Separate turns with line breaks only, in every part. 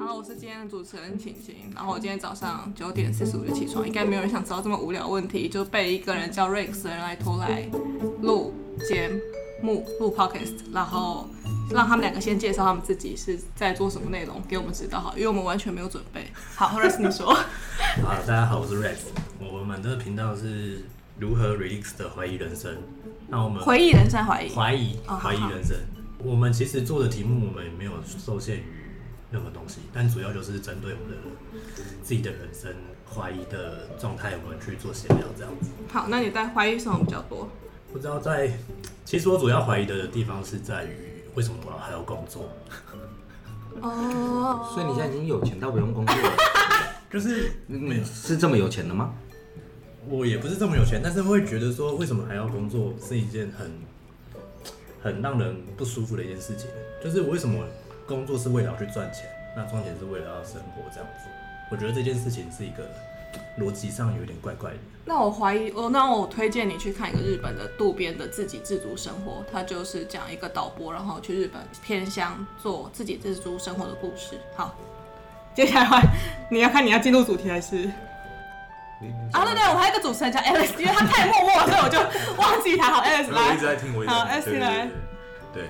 后我是今天的主持人晴晴，然后我今天早上九点四十五就起床，应该没有人想知道这么无聊的问题，就被一个人叫 Rex 的人来拖来录节目、录 podcast，然后让他们两个先介绍他们自己是在做什么内容，给我们指导好，因为我们完全没有准备。好，Rex 你说，
好，大家好，我是 Rex。我们这个频道是如何 relax 的怀疑人生。那我们
回忆人生怀疑，
怀疑
哦
怀疑人生，我们其实做的题目我们也没有受限于任何东西，但主要就是针对我们的自己的人生怀疑的状态，我们去做闲聊这样子。
好，那你在怀疑什么比较多？
不知道在，其实我主要怀疑的地方是在于为什么我还要工作，
哦，
所以你现在已经有钱到不用工作了，
就是没有。
是这么有钱的吗？
我也不是这么有钱，但是会觉得说，为什么还要工作是一件很很让人不舒服的一件事情。就是我为什么工作是为了要去赚钱，那赚钱是为了要生活这样子。我觉得这件事情是一个逻辑上有点怪怪的。
那我怀疑，我那我推荐你去看一个日本的渡边的自给自足生活，他就是讲一个导播，然后去日本偏乡做自给自足生活的故事。好，接下来换你要看你要进入主题还是？啊，对对，我还有一个主持人叫 Alex，因为他太默默了，所以我就忘记他。好，Alex
我一直
来，
在听，我一直
好
在听。
，S
对对
来
对对。对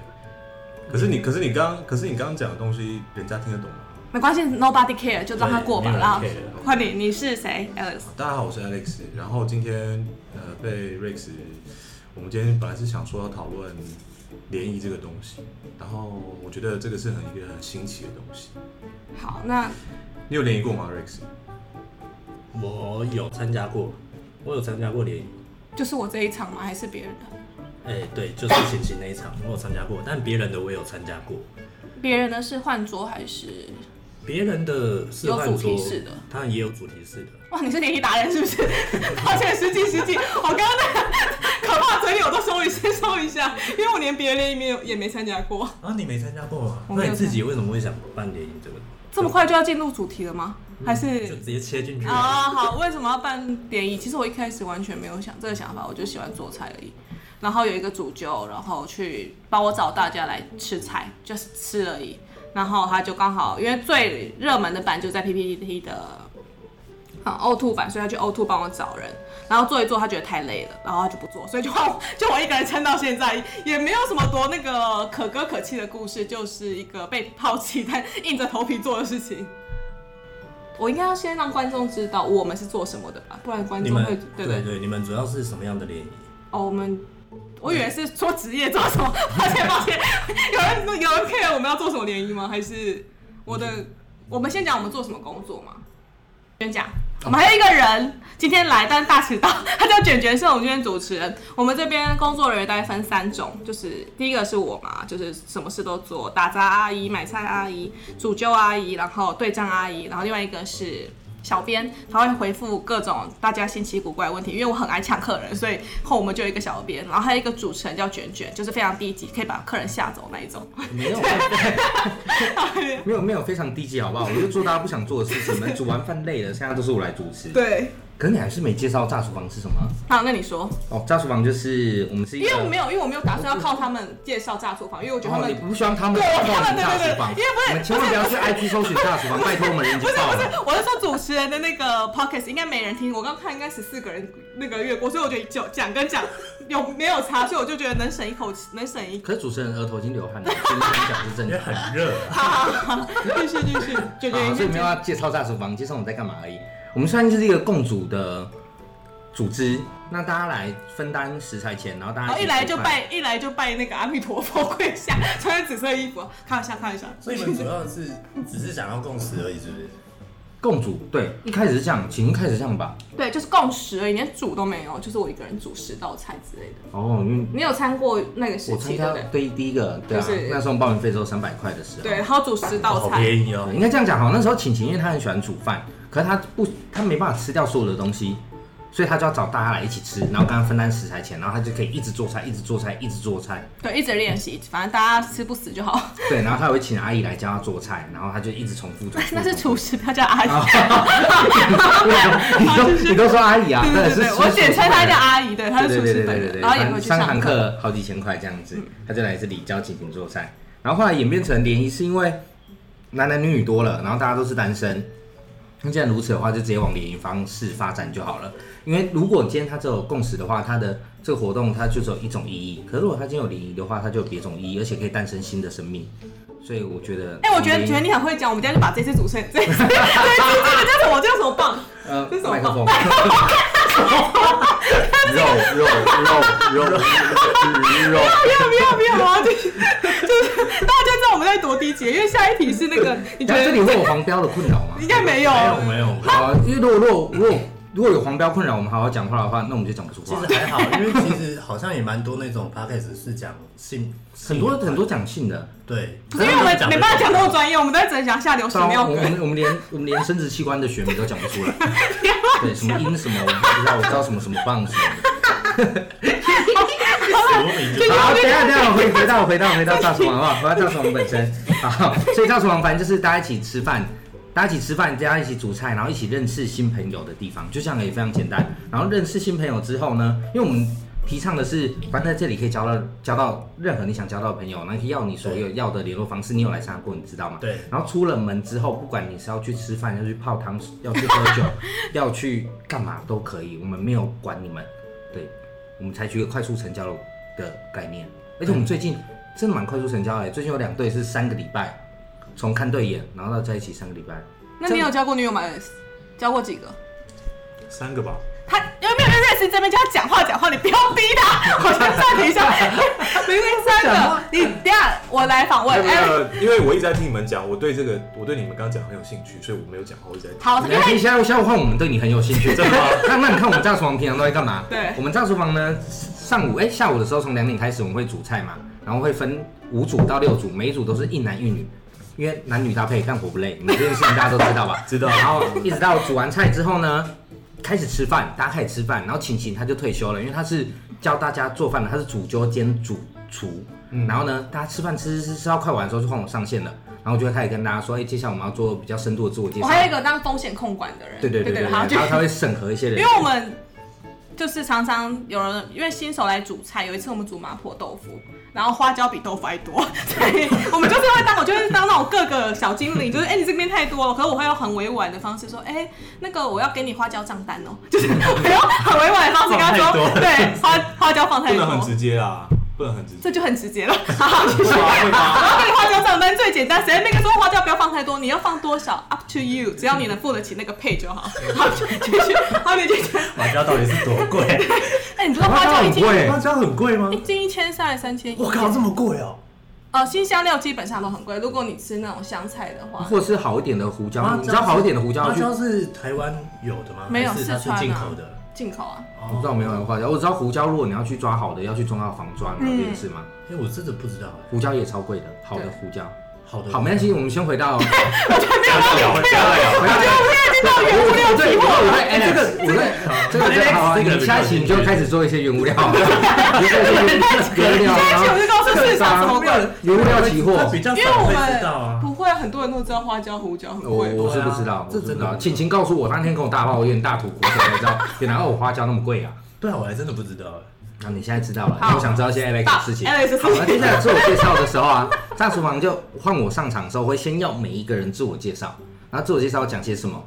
可是你，可是你刚，可是你刚刚讲的东西，人家听得懂吗？
没关系，Nobody care，就让他过吧。
对没有人
然后
care
快点，你是谁？Alex，
大家好，我是 Alex。然后今天呃被 Rex，我们今天本来是想说要讨论联谊这个东西，然后我觉得这个是很一个很新奇的东西。
好，那
你有联谊过吗，Rex？
我有参加过，我有参加过联谊，
就是我这一场吗？还是别人的？
哎、对，就是晴晴那一场，我有参加过，但别人的我也有参加过。
别人的是换桌还是？
别人的示范
有
桌
主题式的，
它也有主题式的，
哇，你是联谊达人是不是？ 抱歉，十几十几，我刚刚那可怕嘴里我都收一先收一下，因为我连别人联谊没有也没参加过。
啊，你没参加过吗？
我没
那
有
你自己为什么会想办联谊这个？
这么快就要进入主题了吗？还
就是直？接切进去？
啊、好，为什么要办联谊？其实我一开始完全没有想这个想法，我就喜欢做菜而已。然后有一个主揪，然后去帮我找大家来吃菜，就是吃而已。然后他就刚好，因为最热门的版就在 PPT 的嗯 O two 版，所以他去 O two 帮我找人，然后做一做，他觉得太累了，然后他就不做，所以就换我 就我一个人撑到现在，也没有什么多那个可歌可泣的故事，就是一个被抛弃 但硬着头皮做的事情。我应该要先让观众知道我们是做什么的吧，不然观
你
众
们
会对
对
不对
对你们主要是什么样的联谊？
哦，我们我以为是说职业做什么， 抱歉抱歉，有人有人 care 我们要做什么联谊吗？还是我的？我们先讲我们做什么工作吗？先讲，我们还有一个人今天来，但是大迟到， 他叫卷卷，是我们今天主持人。我们这边工作人员大概分三种，就是第一个是我嘛，就是什么事都做，打杂阿姨、买菜阿姨、煮灸阿姨，然后对账阿姨，然后另外一个是小编，他会回复各种大家新奇古怪的问题，因为我很爱呛客人，所以后我们就有一个小编，然后还有一个主持人叫卷卷，就是非常低级，可以把客人吓走那一种。
没有， 没有，没有，非常低级，好不好？我就做大家不想做的事情。你们煮完饭累了，现在都是我来主持。，
对，
可是你还是没介绍炸厨房是什么啊？
好，那你说，
哦，炸厨房就是我们是一
因
个，
为我没有，因为我没有打算要靠他们介绍炸厨房，因为我觉得他
哦，
们
你不希望他们
对
看到
他们
你炸厨
对对
房，
对因为不是
你们千万不要去 IG 搜寻炸厨房，拜托我们人已
不
经
是不
爆了。
是，我是说主持人的那个 podcast 应该没人听，我刚看应该十四个人那个越过，所以我觉得就讲跟讲有没有差，所以我就觉得能省一口气，能省 一口。
可是主持人额头已经流汗了，所以你讲是正
因为
常。
很热、
继续继续，就
好，啊所以没有要介绍大厨房，介绍我们在干嘛而已。我们虽然就是一个共组的组织，那大家来分担食材钱，然后大
然
家
后哦
起
一来
煮
就
饭，
拜一来就拜那个阿弥陀佛跪下，穿着紫色衣服，开玩笑开玩笑。
所以你们主要是 只是想要共识而已，是不是？
共组对，一开始是这样，请一开始这样吧。
对，就是共识而已，连煮都没有，就是我一个人煮十道菜之类的。
哦，因为
你有参过那个时
我
期对
参加
不对？
对第一个，对啊，
就是
那时候报名费只有三百块的时候，
对，然后煮十道
好
菜。
便宜 哦、
应该这样讲好。那时候晴晴因为她很喜欢煮饭，可是她不，她没办法吃掉所有的东西，所以她就要找大家来一起吃，然后跟她分担食材钱，然后她就可以一直做菜，一直做菜，一直做菜。
对，一直练习，反正大家吃不死就好。
对，然后她还会请阿姨来教她做菜，然后她就一直重复重 复。
那是
重复
厨师，不要叫 阿姨。
你啊都你都说阿姨啊，
对对对，对我简称她叫阿姨，对，她
对
是
对
厨
对
师
对
本
对对
人，
对，
然后也会去
上
上
堂。课好几千块这样子，他就来这里教琴琴做菜，然后后来演变成联谊，是因为男男女女多了，然后大家都是单身。那既然如此的话，就直接往联谊方式发展就好了。因为如果今天它只有共识的话，它的这个活动它就只有一种意义。可是如果它今天有联谊的话，它就有别种意义，而且可以诞生新的生命。所以我觉得，
哎、我觉得觉得你很会讲，我们今天就把这次主持人，这 次这次这个叫什么？叫什么棒？
呃
这是什么
麦 克风
肉肉肉肉肉，
不要不要不要！我要继续， 就是大家就知道我们在多低级，因为下一题是那 个，你觉
那这
得
里会有黄标的困扰吗？
应该没有？
没有没有。
好，因为如果如果如果如果有黄标困扰，我们好好讲话的话，那我们就讲不出
其
话。
实还好，因为其实好像也蛮多那种 podcast 是讲性，
很多很多讲性 的，
对，
不是因为我们没办法讲那么专业，我们都在只能讲下流屎
到
尿
我们我们连我们连生殖器官的学名都讲不出来，对，什么阴什么我不知道，我知道什么什么棒什么的。
说明就
好，等一下等一下，我回回到回到回到大厨王啊，回到大厨王本身。好，所以大厨王反正就是大家一起吃饭，大家一起吃饭，大家一起煮菜，然后一起认识新朋友的地方，就这样也非常简单。然后认识新朋友之后呢，因为我们提倡的是，反正在这里可以交到交到任何你想交到的朋友，然后可以要你所有要的联络方式，你有来参加过，你知道吗？
对
然后出了门之后，不管你是要去吃饭、要去泡汤、要去喝酒、要去干嘛都可以，我们没有管你们。对，我们采取一个快速成交的概念，而且我们最近真的蛮快速成交的，最近有两对是三个礼拜，从看对眼，然后到在一起三个礼拜。
那你有交过女友吗？交过几个？
三个吧，
他因为没有认识这边叫他讲话讲话，你不要逼他。 我先暂停一下，明明三个，你等一下我来访问。
没
哎、
有，因为我一直在听你们讲，我对这个，我对你们刚刚讲很有兴趣，所以我没有讲话，我一直在听。
好，因
来，
为
现在现在换我们对你很有兴趣，
真的吗
那那你看我们炸厨房平常都在干嘛？
对
我们炸厨房呢，上午哎、下午的时候从两点开始我们会煮菜嘛，然后会分五组到六组，每一组都是一男一女，因为男女搭配干活不累，你们这件事情大家都知 道吧？
知道
然后一直到煮完菜之后呢，开始吃饭，大家开始吃饭，然后晴晴她就退休了，因为她是教大家做饭的，她是主教兼主厨。
嗯
然后呢，大家吃饭吃吃吃吃到快完的时候，就换我上线了，然后我就会开始跟大家说，哎、接下来我们要做比较深度的自我介
我
绍。
还有一个当风险控管的人，
对对对对，
对
对
好，
然
就
后他会审核一些人
因为，我们就是常常有人因为新手来煮菜，有一次我们煮麻婆豆腐，然后花椒比豆腐还多， 所以我们就是会当我就是当那种各个小精灵，就是哎、你这边太多了，可是我会用很委婉的方式说，哎、那个我要给你花椒账单哦、 就是我用很委婉的方式跟他
放太多
说，
了
对花花椒放
不
太
能很
多，
直接啊，不能很直接。
这就很直接 了。好好继续
是吗会吗
然后给你花椒账单最简单，谁那个说花椒不要放太多，你要放多少，up to you，只要你能付得起那个配就好。好，继续，好，你继续。
花椒到底是多 贵？
哎、你知道花椒一
很
斤
贵
花，椒很贵吗
一？斤一千三还是三千一？
我靠，这么贵哦！
呃，新香料基本上都很贵，如果你吃那种香菜的话，
或是好一点的胡椒，
花
你知道好一点的胡椒
花
去，
椒是台湾有的吗？
没有
还是它
四
是
川啊
进口的。哦
进口啊，
我不知道有没有人花椒，我知道胡椒，如果你要去抓好的，要去中药房抓，你知道这件事吗？
哎，我真的不知道哎。
胡椒也超贵的，好的
对
胡椒。
好的，
好，没关系，我们先回到，回
加得了，加得了。
到
到原物料
对，
提
我
货了。
会哎，这个我会，这个
这个
真好啊，
这个
你下一期你就开始做一些原物料，
下一
原物料，
期我就告诉市场什么
然后
贵，
原物料期货，
它比较
因为我
少会知道
们
啊。
不会，很多人都知道花椒、胡椒很
我
贵。
我是不知道，
对啊这
我是不
真
知
的
道。
不
晴晴告诉我，那天跟我大抱怨，大吐苦水，你知道，原来我花椒那么贵啊。
对啊，我还真的不知道哎。
那你现在知道了，
好
那我想知道现在 Alex 的事情。
Alex 的事情
好，那接下来自我介绍的时候啊，大厨房就换我上场的时候，会先要每一个人自我介绍，然后自我介绍讲些什么，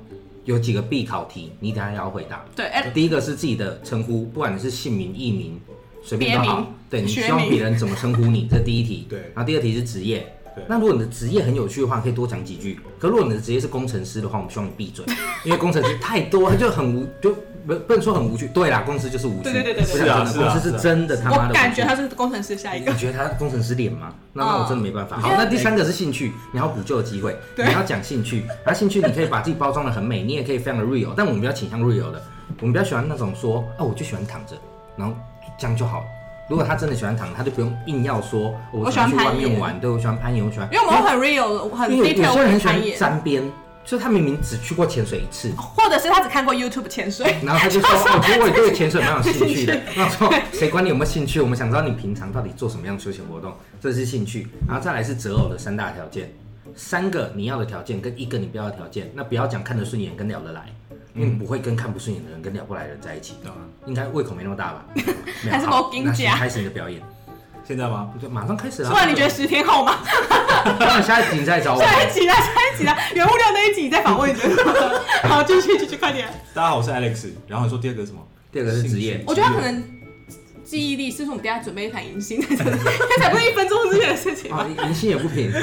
有几个必考题，你等一下要回答。
对，哎、
第一个是自己的称呼，不管你是姓名、艺名，随便都
别
好
名。
对你
学
希望
名
别人怎么称呼你，这第一题。
对
然后第二题是职业
对。
那如果你的职业很有趣的话，可以多讲几句。可如果你的职业是工程师的话，我们希望你闭 嘴，因为工程师太多，他就很无，就不不能说很无趣。对啦，公司就是无趣。
对对对对对
不讲真的
是啊是啊
公司
是
是
啊
真的他妈的无嗯
我
趣。
感觉他是工程师下一个
哎你。觉得他工程师脸吗？那
嗯
那我真的没办法。
你
好，
觉得
那第三个是兴趣，你要补救的机会，你
对
要讲兴趣，然后兴趣你可以把自己包装的很美，你也可以非常的 real，但我们比较倾向 real 的，我们比较喜欢那种说啊我就喜欢躺着，然后这样就好了。如果他真的喜欢躺着，他就不用硬要说哦我
我
喜
喜
欢
欢
去外面
攀岩
玩，对我喜欢攀岩，我喜欢，
因为我们很 real，很
因为有
detail，
有些人很喜
攀
欢
岩，
沾边，就是他明明只去过潜水一次，
或者是他只看过 YouTube 潜水。
然后他就说：“哦，其实我也对潜水蛮有兴趣的。”那我说：“谁管你有没有兴趣？我们想知道你平常到底做什么样的休闲活动，这是兴趣。然后再来是择偶的三大条件，三个你要的条件跟一个你不要的条件。那不要讲看得顺眼跟聊得来，因为你不会跟看不顺眼的人跟聊不来的人在一起，
当然
应该胃口没那么大吧？没有
还是
好
没有
那
金
请
甲
开始你的表演。
现在吗？
就马上开始啦 啊
不。然你觉得十天后吗？
当然下一集你再找我。
下 一集啦，下一集啦，原物料那一集你再访问一次。好，继续继续，快点。
大家好，我是 Alex。然后你说第二个是什么？
第二个是职业
兴趣
我觉得他可能记忆力是不是我们等一下准备一盘银杏， 这才不是一分钟之前的事情
啊，
吧？
银杏也不平。
好，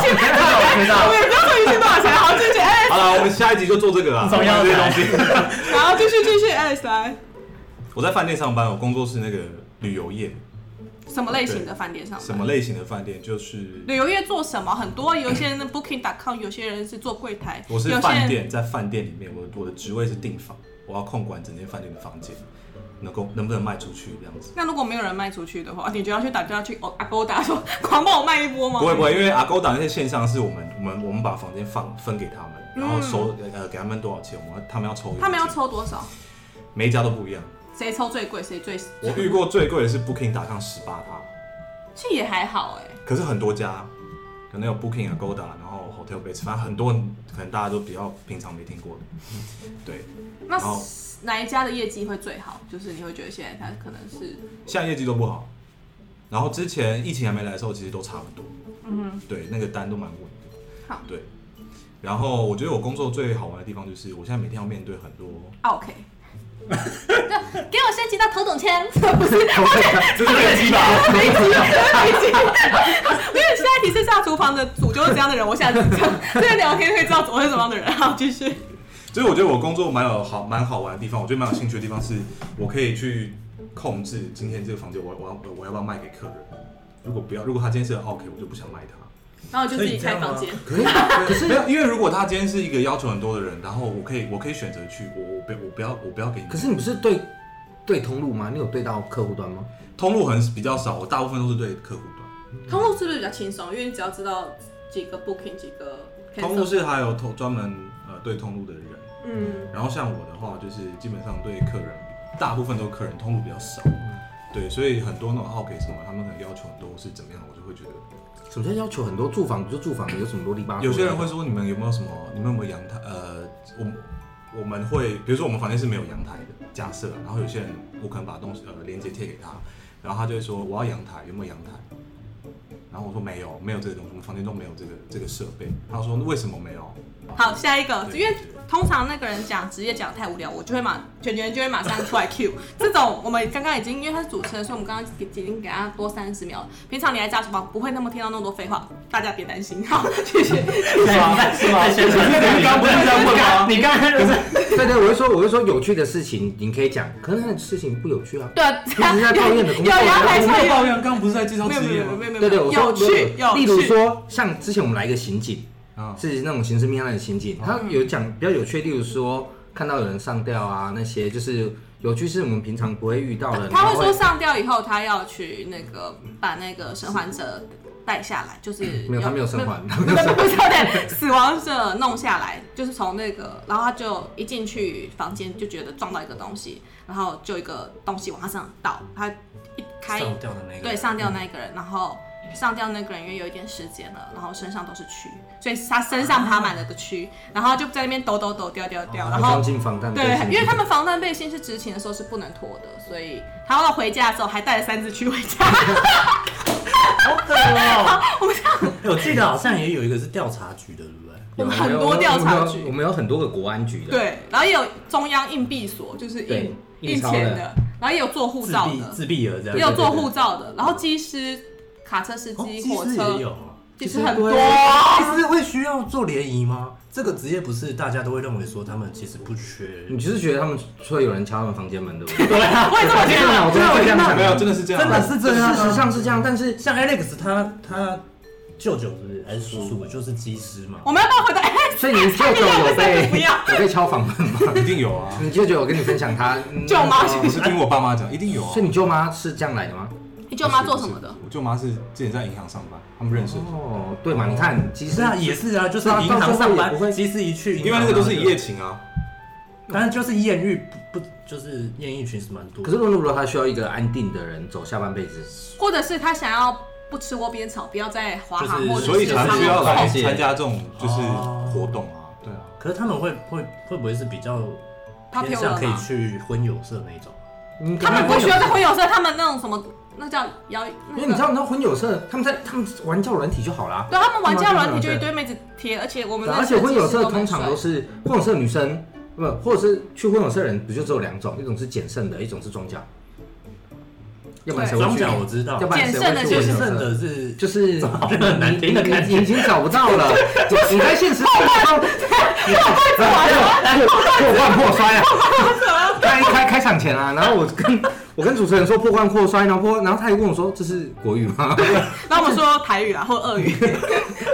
继续，我们也不要说银杏多少钱，好，继续，哎，
好了，我们下一集就做这个啦。
总要
这些东 西。
然后继续继续，哎，来，
我在饭店上班，我工作是那个旅游业，
什么类型的饭店上班？
什么类型的饭店？就是
旅游业做什么？很多，有些人 Booking.com，有些人是做柜台，
我是
有些
饭
人
店，在饭店里面，我我的职位是订房，我要控管整间饭店的房间，能够能不能卖出去这样子。
那如果没有人卖出去的话，你就要去打电话去哦 Agoda 说 狂帮我卖一波吗？
不会不会，因为阿勾岛那些线上是我们我们我们把房间放分给他们，然后收、呃给他们多少钱，我们他们要抽佣金，
嗯他们要抽多少？
每一家都不一样。
谁抽最贵，谁最？
我遇过最贵的是 Booking 打上十八趴，
其实也还好哎、
可是很多家可能有 Booking 啊、Goda，然后 Hotel Base，反正很多可能大家都比较平常没听过的。
嗯
对，
那
然后
哪一家的业绩会最好？就是你会觉得现在它可能是
现在业绩都不好，然后之前疫情还没来的时候，其实都差不多。
嗯
对，那个单都蛮稳的。
好
对。然后我觉得我工作最好玩的地方就是，我现在每天要面对很多，
啊 OK。就给我升级到头等签，不是
这是业绩吧？
因为下一题是下厨房的主就是这样的人，我下次 这样这个聊天会知道我是什么样的人。好，继续。
所以我觉得我工作蛮有好蛮好玩的地方，我觉得蛮有兴趣的地方是，我可以去控制今天这个房间我，我要我要不要卖给客人？如果不要，如果他今天是很 OK，我就不想卖他。
然后就自己开房
所以
间
你。
可以，可是没有，因为如果他今天是一个要求很多的人，然后我可以我可以选择去，我我不我不要我不要给 你。
可是你不是对对通路吗？你有对到客户端吗？
通路很比较少，我大部分都是对客户端。
通路是不是比较轻松？因为你只要知道几个 booking 几个 cancel
通路是还有通专门呃对通路的人，
嗯，
然后像我的话，就是基本上对客人，大部分都是客人，通路比较少，对，所以很多那种 OK 什么，他们可能要求很多是怎么样，我就会觉得，
什么叫要求很多住房？不就住房有什么啰里吧嗦？
有些人会说你们有没有什么，你们有没有阳台？呃，我们我们会，比如说我们房间是没有阳台的，假设，然后有些人我可能把东西呃链接贴给他，然后他就会说我要阳台，有没有阳台？然后我说没有，没有这个东西，我们房间都没有这个这个设备。他说为什么没有？
好，下一个，
对
因为通常那个人讲职业讲得太无聊，我就会马卷卷就会马上出来 Q。这 种我们刚刚已经因为他是主持人，所以我们刚刚已经给他多三十秒了。平常你来炸厨房不会那么听到那么多废话，大家别担心。好，谢谢。
是吗？是吗？ 先生，你刚不是这样问吗？你刚开始
对对，我就说我就说有趣的事情你可以讲，可是那事情不有趣啊。
对，
这只是在抱怨的工 作
有阳台
我
菜
没有
有
抱怨， 刚刚不是在介绍
没有
职
没
业
有
吗
没？有没有没有
对对，我说
有趣有趣，
例如说像之前我们来一个刑警，
啊，
是那种刑事命案的刑警，
啊
他有讲比较有趣，例如说看到有人上吊啊那些，就是有趣是我们平常不会遇到的。
他
然
会
后
说上吊以后，他要去那个把那个生还者带下来，就是
嗯没有，他没有生还，他
不
没
是
有生还
不是对，死亡者弄下来，就是从那个，然后他就一进去房间就觉得撞到一个东西，然后就一个东西往他身上倒，他一开
上吊的那个，
对上吊那一个人，然后上吊那个人因为有一点时间了，然后身上都是蛆，所以他身上爬满了个蛆，然后就在那边抖抖抖掉掉掉，然后
装进防弹背
对，
心
因为他们防弹背心是执勤的时候是不能脱的，所以他要回家的时候还带了三只蛆回家。
好可哦。我记得好像也有一个是调查局的，对不对？
我们很多调查
我们有
局
我，们有很多个国安局的。
对，然后也有中央硬币所，就是印
对
印
印钞
钱
的
的，然后也有做护
自
照
闭
的，
自闭儿这样，
也有做护照的，然后机师、卡车司
哦
机、
其
火
实也
车，
有。
其实很多啊
对。其实会需要做联谊吗？这个职业不是大家都会认为说他们其实不缺，
你就是觉得他们会有人敲他们房间门，对不对？
对啊，
我也这么觉
天
得。
哪，我 真的会这样想。
没有，真的是这样
真
吗，
的是这样
事实
啊。
上是这样，但是
像 Alex 他他舅舅是不是还是叔叔就是技师嘛？
我们要不要回答？哎
所以你舅舅有被
不要
有被敲房门吗？
一定有 啊。
你舅舅有跟你分享他嗯
舅？妈，
我是听我爸妈讲，一定有啊
所。以你舅妈是这样来的吗？
你舅妈做什么的？？
我舅妈是之前在银行上班，他们认识的，
哦，对嘛？你看，其
是
实
啊，也是啊，就是
对啊
银行上
到时候也不会
班，技师一去，
因为那个都是一夜，情啊。
当然就是艳遇不不就是艳遇群是蛮多的。
可是论如果他需要一个安定的人走下半辈子，
或者是他想要不吃窝边草，不要在华航
就是
或
所
者
以
是
才
商
需
务
要来
了解
参加这种就是活动啊。对啊，
可是他们会会会不会是比较
他
偏
偏
向
了
可以
嘛？
去婚友社那一种？
他们不需要在婚友社，他们那种什么那叫摇，那个
因为你知道，你知道婚友社他们在他们玩叫软体就好啦。
对他们玩家
干嘛
软体就
干嘛
一堆妹子贴，而且我们
对
那
而且
设计
婚友
师
社
蛮
通常
帅
都是婚友社女生，不，或者是去婚友社的人不就只有两种，一种是捡剩的，一种是装脚。要不然谁会
装
去
脚我知道
要，不然谁
捡剩的
会
就
去婚
是
友
真
社
正的是
就是你
很难
你
听的感觉
你已经找不到了，你你在现实当中，破罐破摔啊！开开开场前啊，然后我跟我跟主持人说破罐破摔，然后破，然后他也问我说这是国语吗？
然后我们说台语啊，或俄 语。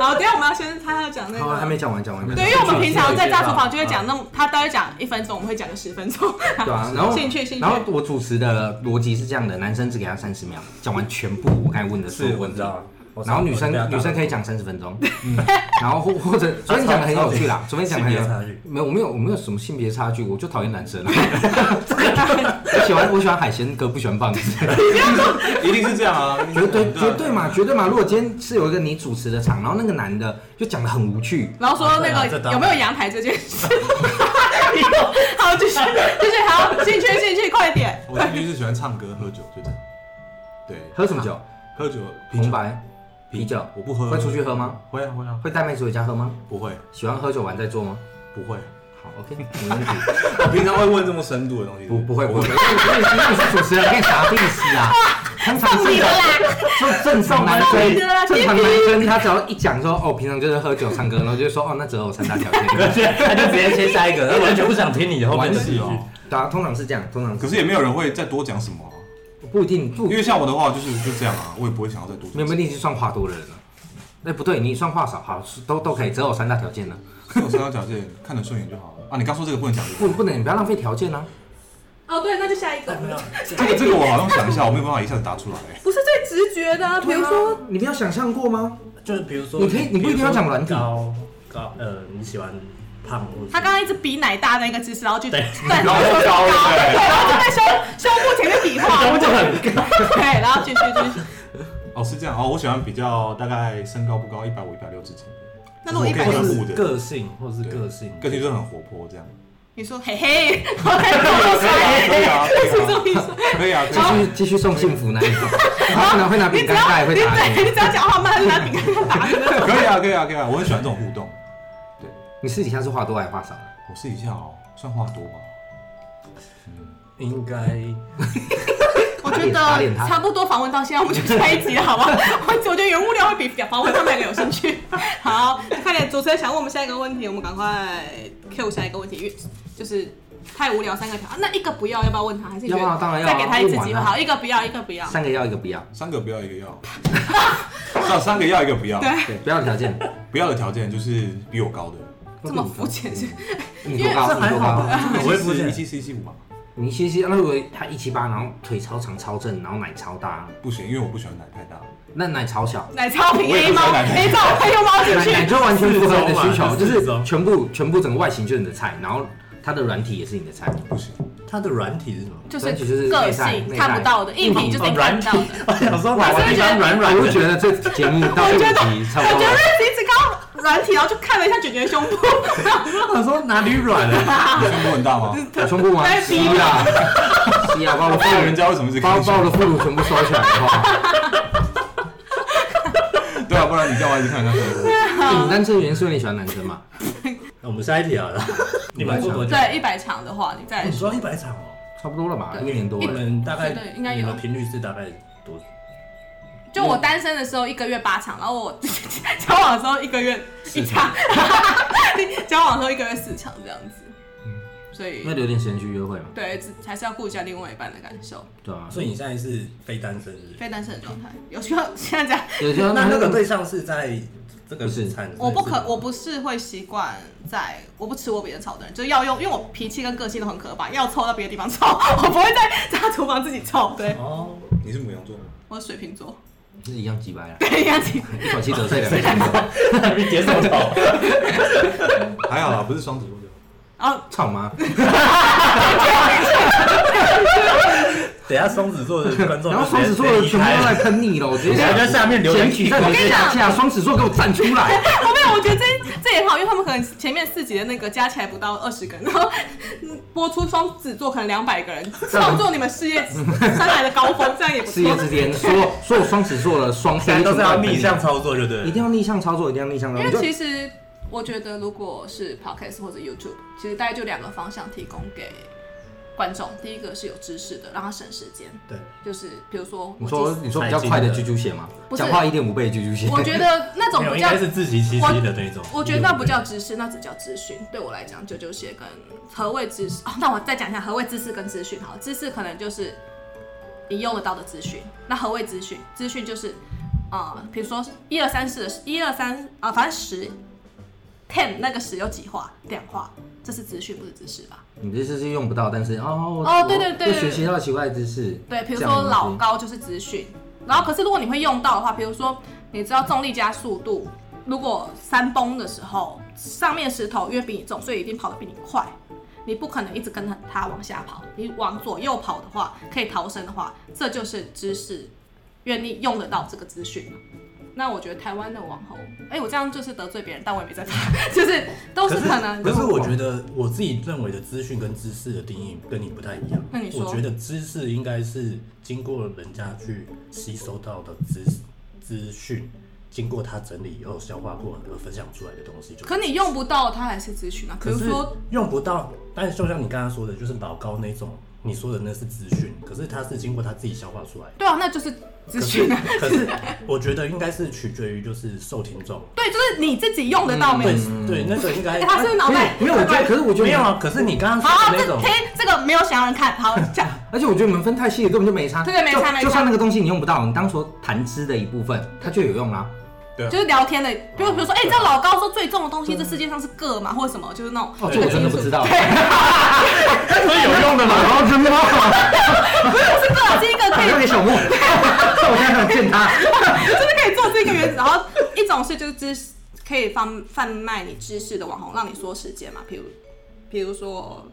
好，等一下我们要先他要讲那
好，啊
个，
还没讲完，讲完。
对，因为我们平常在大厨房就会
啊
讲那种，他大概讲一分钟，我们会讲个十分钟。
对啊，然后
兴趣兴趣
然后我主持的逻辑是这样的：男生只给他三十秒讲完全部我刚才问的所有
我
问
知
题，
道，我知道
然后女生
哦我知道
女生可以讲三十分钟，然后或或者，所以你讲的很有趣啦，
超
所以你讲的很有
性别差距
没有我没有我没有什么性别差距，我就讨厌男生啊，我喜欢我喜欢海鲜哥，不喜欢棒子，
一定是这样啊，
绝对
啊
绝对嘛绝对嘛，如果今天是有一个你主持的场，然后那个男的就讲的很无趣，
然后说那
啊这
个
当然
有没有阳台这件事，好，继续继续，好，兴趣兴趣，快点。
我兴趣是喜欢唱歌、喝酒，就这样。对，
喝什么酒？
喝酒，啤
红
酒，
白啤酒
我不喝。
会出去喝吗？
会啊，会啊，
会带妹子回家喝吗？
不会，
喜欢喝酒完再做吗？
不会。
好，OK，没问题。
我平常会问这么深度的东西，
不不会不会，因为你是主持人，跟啥意 思啊？通常正常就正常男
放
生
你的啦，
正常男生他只要一讲说哦，平常就是喝酒唱歌，然后就说哦，那择偶三大条
而
件，
且他就直接切下 一个，他完全不想听你后面的戏。
哦。
对啊，通常是这样，通常
可
是
是也没有人会再多讲什么啊、
不一定不
因，为像我的话就是就这样啊，我也不会想要再多讲什
没有
么。
没有，你是算话多的人了。哎，不对，你算话少，好，都都可以，择偶三大条件呢，
有三条条件，看得顺眼就好了啊。你刚说这个不能讲，
不不能，你不要浪费条件啊。
哦，对，那就下一个，
这个这个我好像想一下，我没有办法一下子答出来、
不是最直觉的啊，比如说，
你没有想象过吗？
就是比如说，
你可以你不一定要讲软体
比如说高高呃，你喜欢胖或者
他刚刚一直比奶大那个姿势，然后就
对
然后
就高了
对，
对
然后就在胸胸部前面比划，
胸部就很
高， 对，然后继续继续。
哦，是这样哦，我喜欢比较大概身高不高，一百五、一百六之间的，
那如果一
就是
百
我可以
六
或
十
者是
很互的
个性，或者是个性，
个性就是很活泼这样。
你说嘿嘿，我在做
可以啊， 可以啊，
是这种意思。
可以啊，
继
可以啊。
续继续送幸福那一种，他可能会拿
你
饼
只
干，
要
他也
你
会打
对，
你。
你只要讲话慢，他就拿饼干给他打你。
可以啊，可以啊，可以啊，我很喜欢这种互动。
你私底下是话多还是话少？
我试一下哦，算话多吧。
应该
我觉
打脸
得
他
差不多访问到现在，我们就下一集了，好吧？ 我我觉得原物料会比访问他们两个有兴 趣。好，快点，主持人想问我们下一个问题，我们赶快 Q 下一个问题，因为就是太无聊，三个条，啊那一个不要，要不要问他？还是你觉得
要啊当然要啊
再给他一次机
问
会，
完啊
好，一个不要，一个不要。
三个要一个不要，
三个不要，一个要。上三个要，一个不要。
对
对，不要的 条件。
不要的条件就是比我高的，
这么肤浅是？
你多高？
这
你
还
多
好
高？
吧？这个我也不
一
见，
七四一七五吧。
你嘻嘻，那如果他一七八，然后腿超长超正，然后奶超大，
不行，因为我不喜欢奶太大。
那奶超 小，
奶哎超瓶
我也
A
不
猫
想奶
，A 罩配用猫进
奶奶
去。
就完全符合你的需求，
四周嘛
就
四周
是全部全部整个外形就是你的菜，然后它的软体也是你的菜，
不行，
它的软体是什么？
就
所以就是
是个
内在
性
内在
看不到的，硬体就是看到的。
我想说哪
我
个
是
地
觉得
方软软
我就
的？
觉得这 节目到这里 集差
我
不
觉得
多了。
你只刚软体，然后就看了一下卷卷的胸 部，
我想说哪里软了？
你胸部很大吗？
有胸部吗？
太低了
啊， 是啊，把我的
那
副
人
乳，
家为什么一直
把我
看你
把我
胸
的副乳全部收起来的话，
部？对啊，不然你干嘛一直看人家胸部？
哎你单身原因是因为你喜欢男生嘛？
那我们下一题好了。 你们做多久？哦
对一百场的话，你再来
你
说。
说一百场哦，
差不多了吧，
对
一年多
你
了。
们大概
对应该有
你们频率是大概多久？
就我单身的时候一个月八场，然后我 交往的时候一个月一场， 交往的时候一个月四场这样子。嗯所以
因为留点时间去约会嘛，
对，只还是要顾一下另外一半的感受，
对啊。
所以你现在是非单身日？
非单身的状 态有需要现在这样。
有时候
那那个对象是在这个
不是
产生
我不可
是，
我不是会习惯在，我不吃我别人炒的人，就是要用，因为我脾气跟个性都很可怕，要凑到别的地方凑， 我不会在在厨房自己凑。对，
哦，
你是母羊座吗？
我是水瓶座，
是一样几百啊了，
对，杨晴，
一口气得罪两 个星座，
你别上头。
还好啦，不是双子座的。
然后
操 吗？
等一下双子座的观众，
然后双子座的全部都来，喷你了，我直接
人家下面留言
检举在你
我跟你
下
讲
架，双子座给我站出来！
哦我没有，我觉得这这也好，因为他们可能前面四集的那个加起来不到二十个，然后嗯播出双子座可能两百个 人，创作你们事业生涯的高峰，这样也不
事业
错。
之巅，所有所有双子座的双
现在
飞
都是要逆向
向，
操作，对不对？
一定要逆向操作，一定要逆向操
因
作。
为其
就
实我觉得，如果是 podcast 或者 YouTube，其实大概就两个方向提供给观众。第一个是有知识的，让他省时间，
对，
就是比如说我
你说
即
你说比较快的啾啾鞋嘛，
不是
讲话一点五倍的啾啾鞋
时，我觉得那种
没有，
不
应
叫
该是自欺欺欺的那种。
我觉得那不叫知识，那只叫资讯。对我来讲，九九鞋跟何谓知识？哦，那我再讲一下何谓知识跟资讯。好，知识可能就是你用得到的资讯。那何谓资讯？资讯就是，呃，比如说一二三四的，一二三啊，反正十 ten 那个十有几画，两画，这是资讯，不是知识吧？
你这次是用不到，但是哦
哦
我
对对对
又学习到奇怪的知识。
对，比如
这样
说
的
老
东西
高就是资讯，然后可是如果你会用到的话，比如说你知道重力加速度，如果山崩的时候，上面石头因为比你重，所以一定跑得比你快，你不可能一直跟着它往下跑，你往左右跑的话，可以逃生的话，这就是知识，愿意用得到这个资讯嘛。那我觉得台湾的网红，哎、我这样就是得罪别人，但我也没在怕，就是都是可能。
可是我觉得我自己认为的资讯跟知识的定义跟你不太一样。
那你说
我觉得知识应该是经过人家去吸收到的资资讯，经过他整理以后消化过而分享出来的东西就。
可你用不到它还是资讯啊，比
可
如
是
说
用不到，但是就像你刚刚说的，就是老高那种，你说的那是资讯，可是他是经过他自己消化出来的。
对啊，那就是资
可
讯
是
啊。，
可是我觉得应该是取决于就是受听众，
对，就是你自己用得到没？
对对，那个应该
哎嗯 他是不是脑袋
嗯没有，我觉得，可是我觉得
没有啊。可是你刚刚
好，啊
说
这
的那种
听，这个没有想要人看，好 讲。
而且我觉得你们分太细了，根本就没差。
对对没差
就
没差
就算那个东西你用不到，你当做谈资的一部分，它就有用啊啦。
就是聊天的，比如比如说，哎、你知道老高说最重的东西，这世界上是个嘛，或者什么，就是那种。
哦，这我真的不知道。
这有 用的吗？
然后真的吗？
是个是一个可
打
以
电话给小莫， 我现在想见他。
就是可以做这个原子。然后一种是就是知识可以贩贩卖你知识的网红，让你缩时间嘛，比如比如说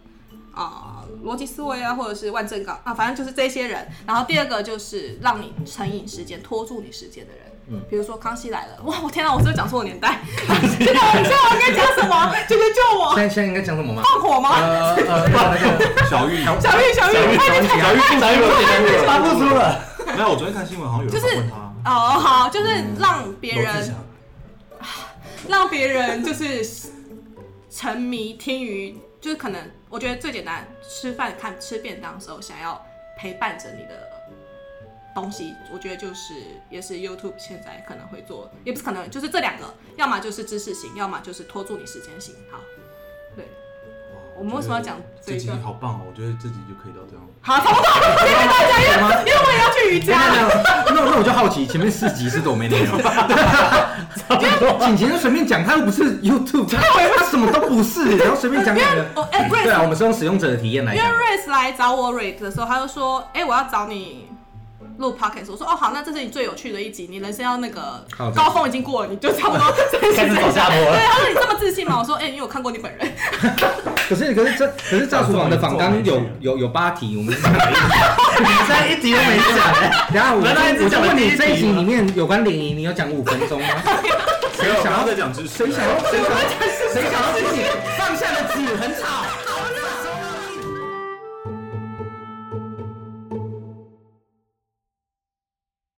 啊逻辑思维啊，或者是万正刚啊，反正就是这些人。然后第二个就是让你成瘾时间，拖住你时间的人。比如说《康熙来了》，哇，我天哪，我是不是讲错年代？ 这个我，这个我应该讲什么？救救救我！
现在现在应该讲什么吗？
放火吗？
呃呃，不好那个
小玉，
小玉，小玉，哎快点！
小玉小玉我
他不输了，
没有，我昨天看新闻好像有人
就是
访问他，
哦，好，就是让别
罗志
人
祥，
让别人就是沉迷听于，就是可能我觉得最简单，吃饭看吃便当的时候，想要陪伴着你的东西，我觉得就是也是 YouTube 现在可能会做，也不是可能，就是这两个，要么就是知识型，要么就是拖住你时间型。好，对，
哇
我们为什么要讲这
这集
个？
好棒哦？我觉得这集就可以到这样。
好，差不多，谢谢大家，因为 因为我也要去瑜
等一下
伽
等
了。
一下那那我就好奇，前面四集是多没内 容？ 景贤就随便讲，他又不是 YouTube，他他什么都不是，然后随便讲两个。
哦， 哎、不 r
对啊，我们是用使用者的体验来
因为
讲。
Race 来找我 Rate 的时候，他就说：“哎、我要找你录 Podcast。”我说：“哦，好，那这是你最有趣的一集，你人生要那个
好的
高峰已经过了，你就差不多
开始走下坡
对，
了。
他说：“你这么自信吗？”我说：“哎、因为我看过你本人。
可是可是这可是赵厨房的访纲有有有八题，我们是这样的意思你在一集都没讲。然后我
原来
就
只
我就
讲了
问
第一
你
题
这一集里面有关联谊，你有讲五分钟吗？
没有，然后再讲知识
谁。想要谁想要谁想要自己放下的纸很吵？”
好，那